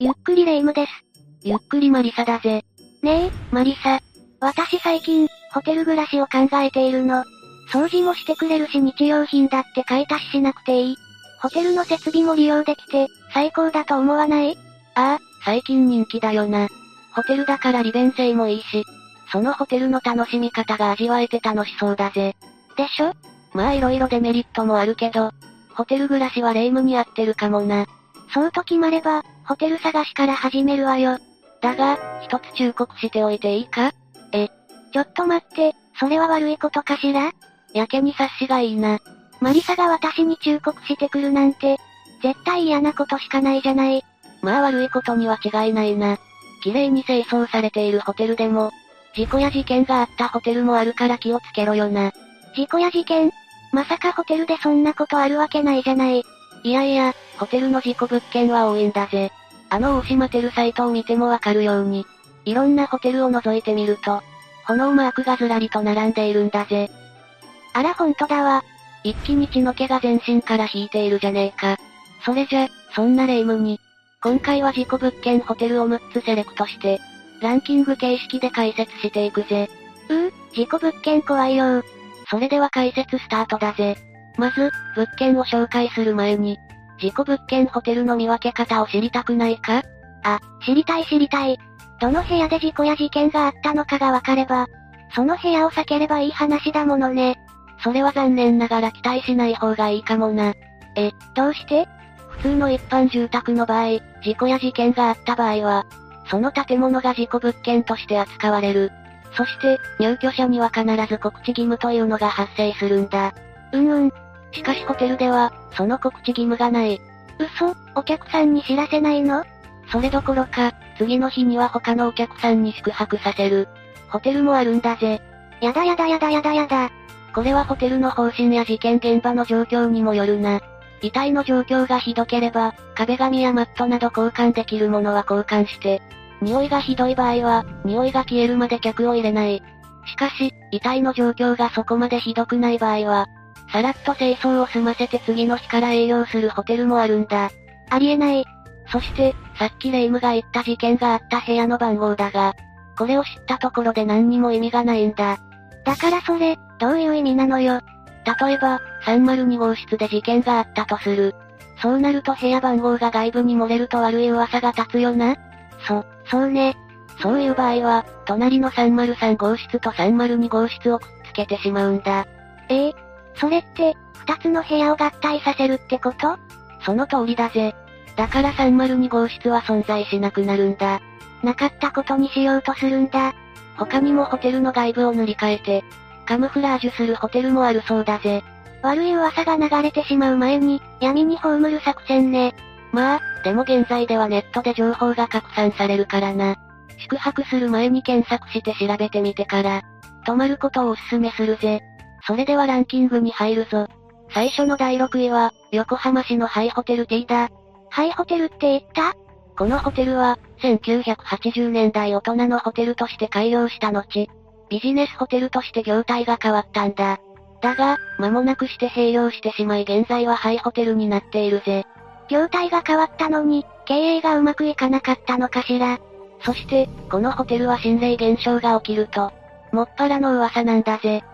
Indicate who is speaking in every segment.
Speaker 1: ゆっくりレ夢ムです。
Speaker 2: ゆっくりマリサだぜ。
Speaker 1: ねえ、マリサ。私最近、ホテル暮らしを考えているの。掃除もしてくれるし日用品だって買い足ししなくていい。ホテルの設備も利用できて、最高だと思わない
Speaker 2: ああ、最近人気だよな。ホテルだから利便性もいいし、そのホテルの楽しみ方が味わえて楽しそうだぜ。
Speaker 1: でしょ
Speaker 2: まあいろいろデメリットもあるけど、ホテル暮らしはレ夢ムに合ってるかもな。
Speaker 1: そうと決まれば、ホテル探しから始めるわよ。
Speaker 2: だが、一つ忠告しておいていいか
Speaker 1: え、ちょっと待って、それは悪いことかしら
Speaker 2: やけに察しがいいな。
Speaker 1: マリサが私に忠告してくるなんて、絶対嫌なことしかないじゃない。
Speaker 2: まあ悪いことには違いないな。綺麗に清掃されているホテルでも、事故や事件があったホテルもあるから気をつけろよな。
Speaker 1: 事故や事件まさかホテルでそんなことあるわけないじゃない。
Speaker 2: いやいや、ホテルの事故物件は多いんだぜ。あの大島テルサイトを見てもわかるように、いろんなホテルを覗いてみると、炎マークがずらりと並んでいるんだぜ。
Speaker 1: あらほんとだわ。
Speaker 2: 一気に血の毛が全身から引いているじゃねえか。それじゃ、そんなレイムに、今回は事故物件ホテルを6つセレクトして、ランキング形式で解説していくぜ。
Speaker 1: うー、事故物件怖いよ
Speaker 2: それでは解説スタートだぜ。まず、物件を紹介する前に、事故物件ホテルの見分け方を知りたくないか
Speaker 1: あ、知りたい知りたい。どの部屋で事故や事件があったのかがわかれば、その部屋を避ければいい話だものね。
Speaker 2: それは残念ながら期待しない方がいいかもな。
Speaker 1: え、どうして
Speaker 2: 普通の一般住宅の場合、事故や事件があった場合は、その建物が事故物件として扱われる。そして、入居者には必ず告知義務というのが発生するんだ。
Speaker 1: うんうん。
Speaker 2: しかしホテルでは、その告知義務がない。
Speaker 1: 嘘、お客さんに知らせないの
Speaker 2: それどころか、次の日には他のお客さんに宿泊させる。ホテルもあるんだぜ。
Speaker 1: やだやだやだやだやだ。
Speaker 2: これはホテルの方針や事件現場の状況にもよるな。遺体の状況がひどければ、壁紙やマットなど交換できるものは交換して、匂いがひどい場合は、匂いが消えるまで客を入れない。しかし、遺体の状況がそこまでひどくない場合は、さらっと清掃を済ませて次の日から営業するホテルもあるんだ。
Speaker 1: ありえない。
Speaker 2: そして、さっきレイムが言った事件があった部屋の番号だが、これを知ったところで何にも意味がないんだ。
Speaker 1: だからそれ、どういう意味なのよ。
Speaker 2: 例えば、302号室で事件があったとする。そうなると部屋番号が外部に漏れると悪い噂が立つよな。
Speaker 1: そ、そうね。
Speaker 2: そういう場合は、隣の303号室と302号室をくっつけてしまうんだ。
Speaker 1: ええそれって、二つの部屋を合体させるってこと
Speaker 2: その通りだぜ。だから302号室は存在しなくなるんだ。
Speaker 1: なかったことにしようとするんだ。
Speaker 2: 他にもホテルの外部を塗り替えて、カムフラージュするホテルもあるそうだぜ。
Speaker 1: 悪い噂が流れてしまう前に、闇に葬る作戦ね。
Speaker 2: まあ、でも現在ではネットで情報が拡散されるからな。宿泊する前に検索して調べてみてから、泊まることをおすすめするぜ。それではランキングに入るぞ。最初の第6位は、横浜市のハイホテル T だ。
Speaker 1: ハイホテルって言った
Speaker 2: このホテルは、1980年代大人のホテルとして開業した後、ビジネスホテルとして業態が変わったんだ。だが、間もなくして閉業してしまい現在はハイホテルになっているぜ。
Speaker 1: 業態が変わったのに、経営がうまくいかなかったのかしら。
Speaker 2: そして、このホテルは心霊現象が起きると、もっぱらの噂なんだぜ。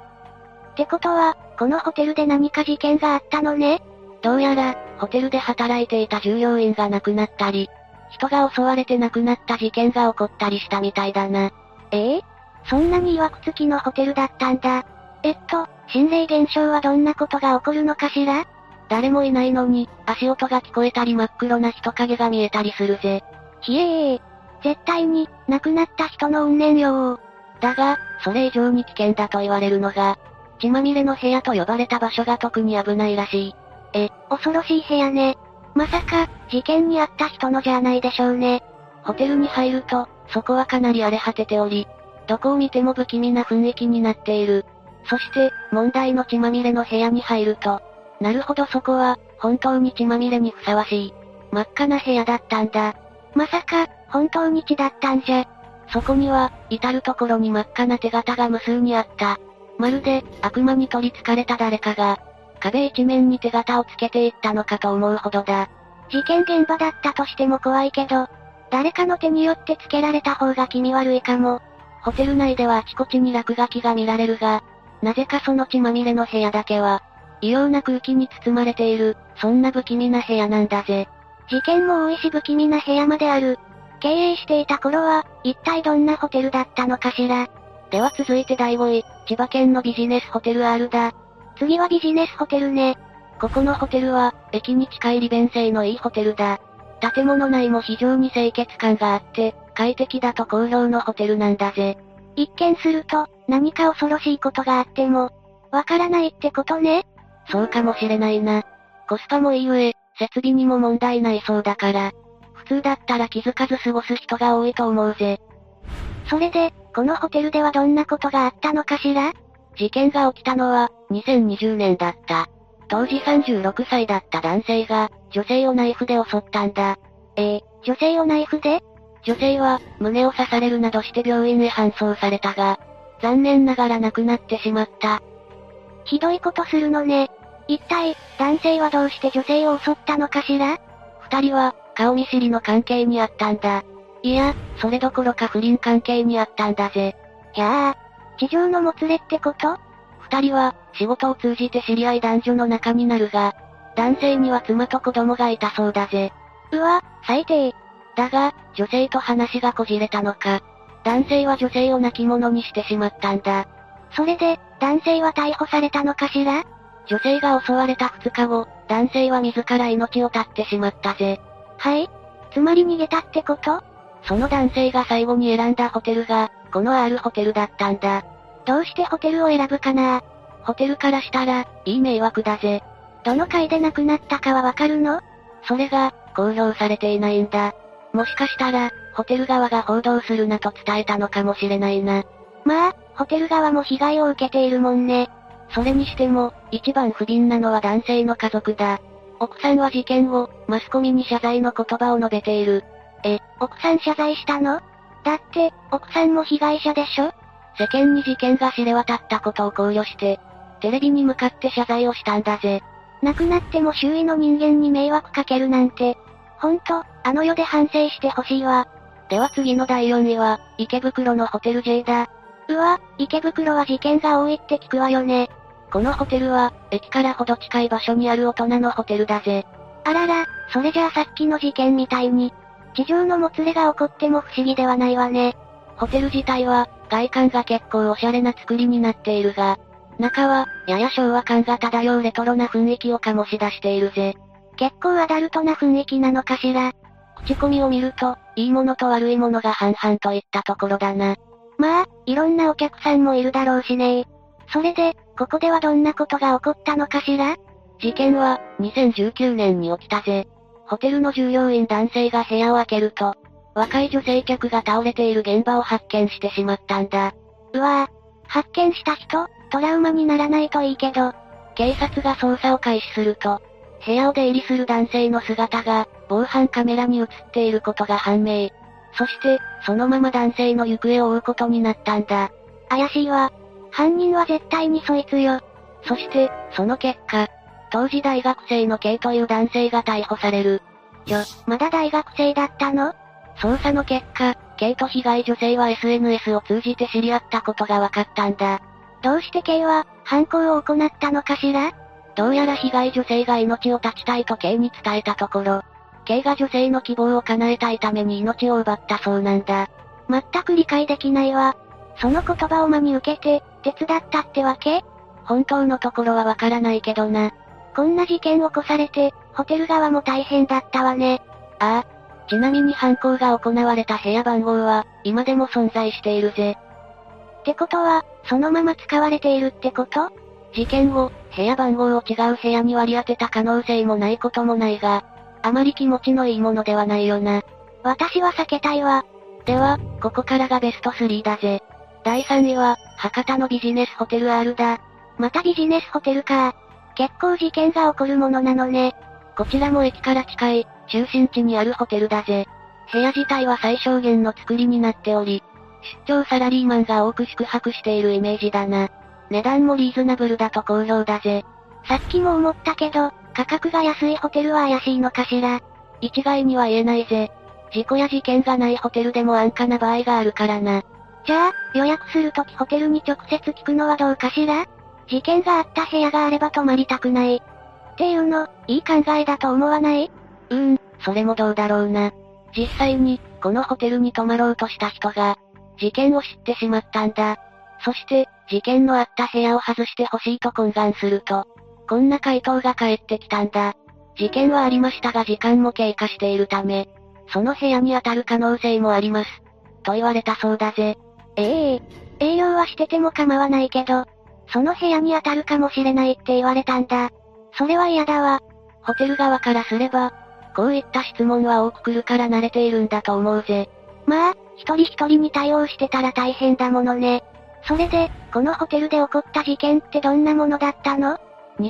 Speaker 1: ってことは、このホテルで何か事件があったのね
Speaker 2: どうやら、ホテルで働いていた従業員が亡くなったり、人が襲われて亡くなった事件が起こったりしたみたいだな。
Speaker 1: ええそんなに曰くつきのホテルだったんだ。えっと、心霊現象はどんなことが起こるのかしら
Speaker 2: 誰もいないのに、足音が聞こえたり真っ黒な人影が見えたりするぜ。
Speaker 1: ひえー。絶対に、亡くなった人の怨念よ
Speaker 2: だが、それ以上に危険だと言われるのが、血まみれの部屋と呼ばれた場所が特に危ないらしい。
Speaker 1: え、恐ろしい部屋ね。まさか、事件に遭った人のじゃないでしょうね。
Speaker 2: ホテルに入ると、そこはかなり荒れ果てており、どこを見ても不気味な雰囲気になっている。そして、問題の血まみれの部屋に入ると、なるほどそこは、本当に血まみれにふさわしい。真っ赤な部屋だったんだ。
Speaker 1: まさか、本当に血だったんじゃ。
Speaker 2: そこには、至るところに真っ赤な手形が無数にあった。まるで、悪魔に取り憑かれた誰かが、壁一面に手形をつけていったのかと思うほどだ。
Speaker 1: 事件現場だったとしても怖いけど、誰かの手によってつけられた方が気味悪いかも。
Speaker 2: ホテル内ではあちこちに落書きが見られるが、なぜかその血まみれの部屋だけは、異様な空気に包まれている、そんな不気味な部屋なんだぜ。
Speaker 1: 事件も多いし不気味な部屋まである。経営していた頃は、一体どんなホテルだったのかしら。
Speaker 2: では続いて第5位、千葉県のビジネスホテル R だ。
Speaker 1: 次はビジネスホテルね。
Speaker 2: ここのホテルは、駅に近い利便性のいいホテルだ。建物内も非常に清潔感があって、快適だと好評のホテルなんだぜ。
Speaker 1: 一見すると、何か恐ろしいことがあっても、わからないってことね。
Speaker 2: そうかもしれないな。コスパもいい上、設備にも問題ないそうだから。普通だったら気づかず過ごす人が多いと思うぜ。
Speaker 1: それで、このホテルではどんなことがあったのかしら
Speaker 2: 事件が起きたのは、2020年だった。当時36歳だった男性が、女性をナイフで襲ったんだ。
Speaker 1: ええ、女性をナイフで
Speaker 2: 女性は、胸を刺されるなどして病院へ搬送されたが、残念ながら亡くなってしまった。
Speaker 1: ひどいことするのね。一体、男性はどうして女性を襲ったのかしら
Speaker 2: 二人は、顔見知りの関係にあったんだ。いや、それどころか不倫関係にあったんだぜ。
Speaker 1: いやあ、地上のもつれってこと
Speaker 2: 二人は、仕事を通じて知り合い男女の仲になるが、男性には妻と子供がいたそうだぜ。
Speaker 1: うわ、最低。
Speaker 2: だが、女性と話がこじれたのか。男性は女性を泣き者にしてしまったんだ。
Speaker 1: それで、男性は逮捕されたのかしら
Speaker 2: 女性が襲われた2日後、男性は自ら命を絶ってしまったぜ。
Speaker 1: はいつまり逃げたってこと
Speaker 2: その男性が最後に選んだホテルが、この R ホテルだったんだ。
Speaker 1: どうしてホテルを選ぶかな
Speaker 2: ホテルからしたら、いい迷惑だぜ。
Speaker 1: どの階で亡くなったかはわかるの
Speaker 2: それが、公表されていないんだ。もしかしたら、ホテル側が報道するなと伝えたのかもしれないな。
Speaker 1: まあ、ホテル側も被害を受けているもんね。
Speaker 2: それにしても、一番不憫なのは男性の家族だ。奥さんは事件後、マスコミに謝罪の言葉を述べている。
Speaker 1: え、奥さん謝罪したのだって、奥さんも被害者でしょ
Speaker 2: 世間に事件が知れ渡ったことを考慮して、テレビに向かって謝罪をしたんだぜ。
Speaker 1: 亡くなっても周囲の人間に迷惑かけるなんて、ほんと、あの世で反省してほしいわ。
Speaker 2: では次の第4位は、池袋のホテル J だ。
Speaker 1: うわ、池袋は事件が多いって聞くわよね。
Speaker 2: このホテルは、駅からほど近い場所にある大人のホテルだぜ。
Speaker 1: あらら、それじゃあさっきの事件みたいに、地上のもつれが起こっても不思議ではないわね。
Speaker 2: ホテル自体は、外観が結構おしゃれな作りになっているが、中は、やや昭和感が漂うレトロな雰囲気を醸し出しているぜ。
Speaker 1: 結構アダルトな雰囲気なのかしら。
Speaker 2: 口コミを見ると、いいものと悪いものが半々といったところだな。
Speaker 1: まあ、いろんなお客さんもいるだろうしねそれで、ここではどんなことが起こったのかしら
Speaker 2: 事件は、2019年に起きたぜ。ホテルの従業員男性が部屋を開けると、若い女性客が倒れている現場を発見してしまったんだ。
Speaker 1: うわぁ、発見した人、トラウマにならないといいけど、
Speaker 2: 警察が捜査を開始すると、部屋を出入りする男性の姿が、防犯カメラに映っていることが判明。そして、そのまま男性の行方を追うことになったんだ。
Speaker 1: 怪しいわ。犯人は絶対にそいつよ。
Speaker 2: そして、その結果、当時大学生の K という男性が逮捕される。
Speaker 1: ちょ、まだ大学生だったの
Speaker 2: 捜査の結果、K と被害女性は SNS を通じて知り合ったことが分かったんだ。
Speaker 1: どうして K は、犯行を行ったのかしら
Speaker 2: どうやら被害女性が命を絶ちたいと K に伝えたところ、K が女性の希望を叶えたいために命を奪ったそうなんだ。
Speaker 1: 全く理解できないわ。その言葉を真に受けて、手伝ったってわけ
Speaker 2: 本当のところはわからないけどな。
Speaker 1: こんな事件を起こされて、ホテル側も大変だったわね。
Speaker 2: ああ。ちなみに犯行が行われた部屋番号は、今でも存在しているぜ。
Speaker 1: ってことは、そのまま使われているってこと
Speaker 2: 事件後、部屋番号を違う部屋に割り当てた可能性もないこともないが、あまり気持ちのいいものではないよな。
Speaker 1: 私は避けたいわ。
Speaker 2: では、ここからがベスト3だぜ。第3位は、博多のビジネスホテル R だ。
Speaker 1: またビジネスホテルか。結構事件が起こるものなのね。
Speaker 2: こちらも駅から近い、中心地にあるホテルだぜ。部屋自体は最小限の作りになっており、出張サラリーマンが多く宿泊しているイメージだな。値段もリーズナブルだと好評だぜ。
Speaker 1: さっきも思ったけど、価格が安いホテルは怪しいのかしら。
Speaker 2: 一概には言えないぜ。事故や事件がないホテルでも安価な場合があるからな。
Speaker 1: じゃあ、予約するときホテルに直接聞くのはどうかしら事件があった部屋があれば泊まりたくない。っていうの、いい考えだと思わないう
Speaker 2: ーん、それもどうだろうな。実際に、このホテルに泊まろうとした人が、事件を知ってしまったんだ。そして、事件のあった部屋を外してほしいと懇願すると、こんな回答が返ってきたんだ。事件はありましたが時間も経過しているため、その部屋に当たる可能性もあります。と言われたそうだぜ。
Speaker 1: ええ営業はしてても構わないけど、その部屋に当たるかもしれないって言われたんだ。それは嫌だわ。
Speaker 2: ホテル側からすれば、こういった質問は多く来るから慣れているんだと思うぜ。
Speaker 1: まあ、一人一人に対応してたら大変だものね。それで、このホテルで起こった事件ってどんなものだったの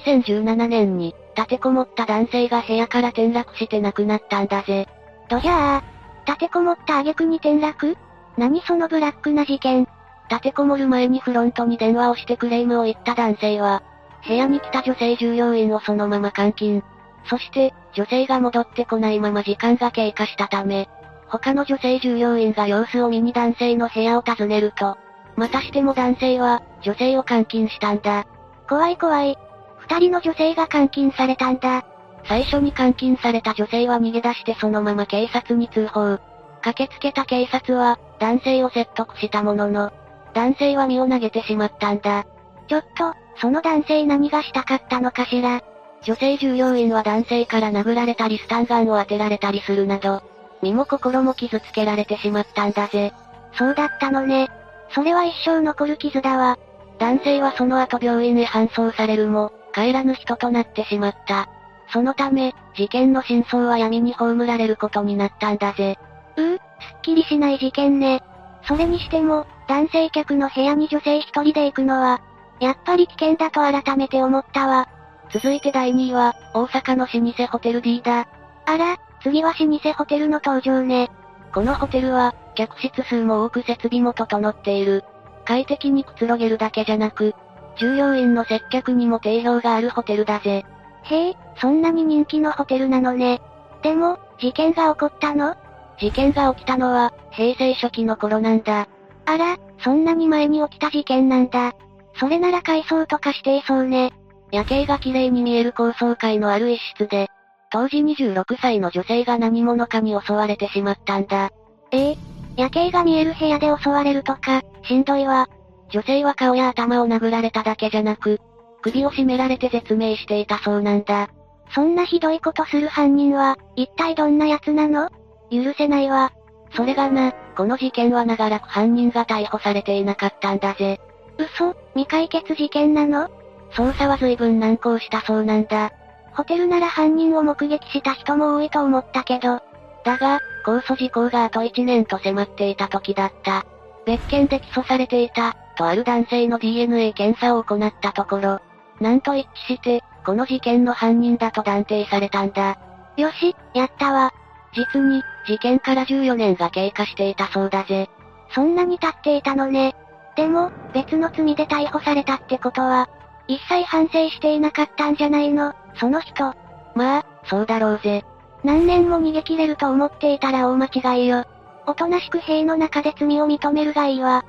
Speaker 2: 2017年に、立てこもった男性が部屋から転落して亡くなったんだぜ。
Speaker 1: どひゃー。立てこもった挙句に転落何そのブラックな事件。
Speaker 2: 立てこもる前にフロントに電話をしてクレームを言った男性は、部屋に来た女性従業員をそのまま監禁。そして、女性が戻ってこないまま時間が経過したため、他の女性従業員が様子を見に男性の部屋を訪ねると、またしても男性は、女性を監禁したんだ。
Speaker 1: 怖い怖い。二人の女性が監禁されたんだ。
Speaker 2: 最初に監禁された女性は逃げ出してそのまま警察に通報。駆けつけた警察は、男性を説得したものの、男性は身を投げてしまったんだ。
Speaker 1: ちょっと、その男性何がしたかったのかしら。
Speaker 2: 女性従業員は男性から殴られたりスタンガンを当てられたりするなど、身も心も傷つけられてしまったんだぜ。
Speaker 1: そうだったのね。それは一生残る傷だわ。
Speaker 2: 男性はその後病院へ搬送されるも、帰らぬ人となってしまった。そのため、事件の真相は闇に葬られることになったんだぜ。
Speaker 1: うー、すっきりしない事件ね。それにしても、男性客の部屋に女性一人で行くのは、やっぱり危険だと改めて思ったわ。
Speaker 2: 続いて第2位は、大阪の老舗ホテル D だ。
Speaker 1: あら、次は老舗ホテルの登場ね。
Speaker 2: このホテルは、客室数も多く設備も整っている。快適にくつろげるだけじゃなく、従業員の接客にも定評があるホテルだぜ。
Speaker 1: へえ、そんなに人気のホテルなのね。でも、事件が起こったの
Speaker 2: 事件が起きたのは、平成初期の頃なんだ。
Speaker 1: あら、そんなに前に起きた事件なんだ。それなら改装とかしていそうね。
Speaker 2: 夜景が綺麗に見える高層階のある一室で、当時26歳の女性が何者かに襲われてしまったんだ。
Speaker 1: ええ、夜景が見える部屋で襲われるとか、しんどいわ。
Speaker 2: 女性は顔や頭を殴られただけじゃなく、首を絞められて絶命していたそうなんだ。
Speaker 1: そんなひどいことする犯人は、一体どんな奴なの許せないわ。
Speaker 2: それがな、この事件は長らく犯人が逮捕されていなかったんだぜ。
Speaker 1: 嘘、未解決事件なの
Speaker 2: 捜査は随分難航したそうなんだ。
Speaker 1: ホテルなら犯人を目撃した人も多いと思ったけど、
Speaker 2: だが、控訴時効があと1年と迫っていた時だった。別件で起訴されていた、とある男性の DNA 検査を行ったところ、なんと一致して、この事件の犯人だと断定されたんだ。
Speaker 1: よし、やったわ。
Speaker 2: 実に、事件から14年が経過していたそうだぜ。
Speaker 1: そんなに経っていたのね。でも、別の罪で逮捕されたってことは、一切反省していなかったんじゃないの、その人。
Speaker 2: まあ、そうだろうぜ。
Speaker 1: 何年も逃げ切れると思っていたら大間違いよ。おとなしく兵の中で罪を認めるがいいわ。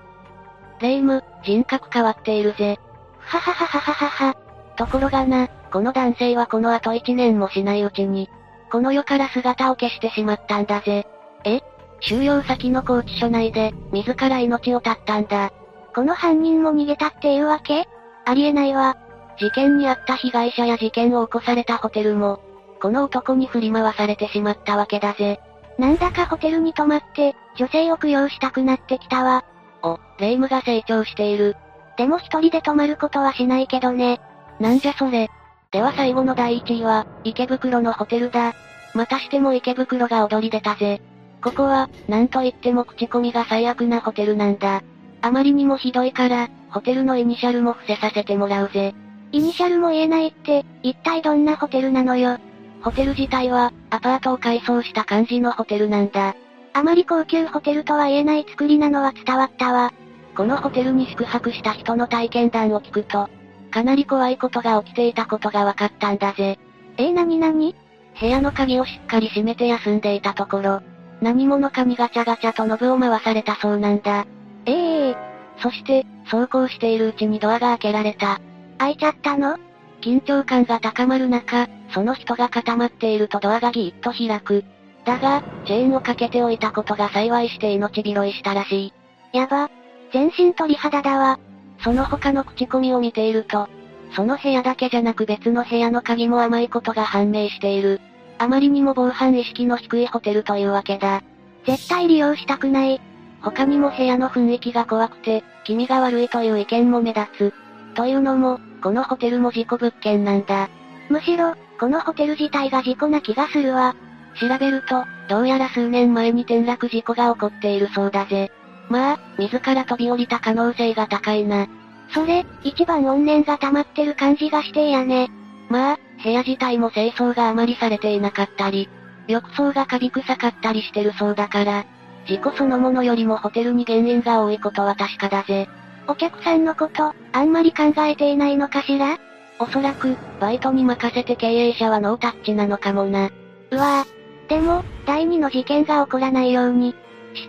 Speaker 2: レイム、人格変わっているぜ。
Speaker 1: ははははははは。
Speaker 2: ところがな、この男性はこの後1年もしないうちに、この世から姿を消してしまったんだぜ。え収容先の拘置所内で、自ら命を絶ったんだ。
Speaker 1: この犯人も逃げたっていうわけありえないわ。
Speaker 2: 事件に遭った被害者や事件を起こされたホテルも、この男に振り回されてしまったわけだぜ。
Speaker 1: なんだかホテルに泊まって、女性を供養したくなってきたわ。
Speaker 2: お、霊夢が成長している。
Speaker 1: でも一人で泊まることはしないけどね。
Speaker 2: なんじゃそれ。では最後の第1位は、池袋のホテルだ。またしても池袋が踊り出たぜ。ここは、なんといっても口コミが最悪なホテルなんだ。あまりにもひどいから、ホテルのイニシャルも伏せさせてもらうぜ。
Speaker 1: イニシャルも言えないって、一体どんなホテルなのよ。
Speaker 2: ホテル自体は、アパートを改装した感じのホテルなんだ。
Speaker 1: あまり高級ホテルとは言えない作りなのは伝わったわ。
Speaker 2: このホテルに宿泊した人の体験談を聞くと、かなり怖いことが起きていたことが分かったんだぜ。
Speaker 1: えー、なになに
Speaker 2: 部屋の鍵をしっかり閉めて休んでいたところ、何者かにガチャガチャとノブを回されたそうなんだ。
Speaker 1: ええええ
Speaker 2: そして、走行しているうちにドアが開けられた。
Speaker 1: 開いちゃったの
Speaker 2: 緊張感が高まる中、その人が固まっているとドアがギーッと開く。だが、チェーンをかけておいたことが幸いして命拾いしたらしい。
Speaker 1: やば。全身鳥肌だわ。
Speaker 2: その他の口コミを見ていると、その部屋だけじゃなく別の部屋の鍵も甘いことが判明している。あまりにも防犯意識の低いホテルというわけだ。
Speaker 1: 絶対利用したくない。
Speaker 2: 他にも部屋の雰囲気が怖くて、気味が悪いという意見も目立つ。というのも、このホテルも事故物件なんだ。
Speaker 1: むしろ、このホテル自体が事故な気がするわ。
Speaker 2: 調べると、どうやら数年前に転落事故が起こっているそうだぜ。まあ、自ら飛び降りた可能性が高いな。
Speaker 1: それ、一番怨念が溜まってる感じがしてやね。
Speaker 2: まあ、部屋自体も清掃があまりされていなかったり、浴槽がカビ臭かったりしてるそうだから、事故そのものよりもホテルに原因が多いことは確かだぜ。
Speaker 1: お客さんのこと、あんまり考えていないのかしら
Speaker 2: おそらく、バイトに任せて経営者はノータッチなのかもな。
Speaker 1: うわぁ。でも、第二の事件が起こらないように、し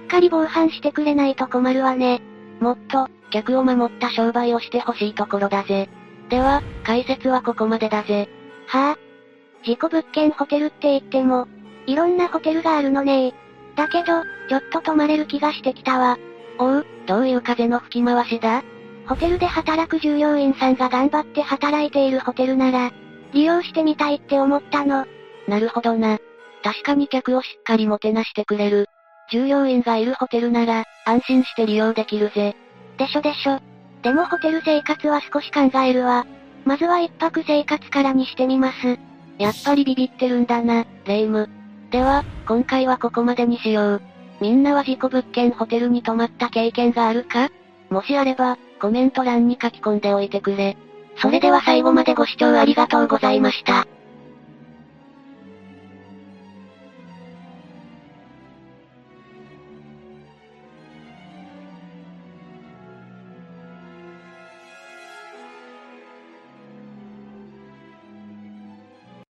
Speaker 1: っかり防犯してくれないと困るわね。
Speaker 2: もっと、客を守った商売をしてほしいところだぜ。では、解説はここまでだぜ。
Speaker 1: はぁ、事故物件ホテルって言っても、いろんなホテルがあるのねー。だけど、ちょっと泊まれる気がしてきたわ。
Speaker 2: おう、どういう風の吹き回しだ
Speaker 1: ホテルで働く従業員さんが頑張って働いているホテルなら、利用してみたいって思ったの。
Speaker 2: なるほどな。確かに客をしっかりもてなしてくれる。従業員がいるホテルなら、安心して利用できるぜ。
Speaker 1: でしょでしょ。でもホテル生活は少し考えるわ。まずは一泊生活からにしてみます。
Speaker 2: やっぱりビビってるんだな、レイム。では、今回はここまでにしよう。みんなは事故物件ホテルに泊まった経験があるかもしあれば、コメント欄に書き込んでおいてくれ。それでは最後までご視聴ありがとうございました。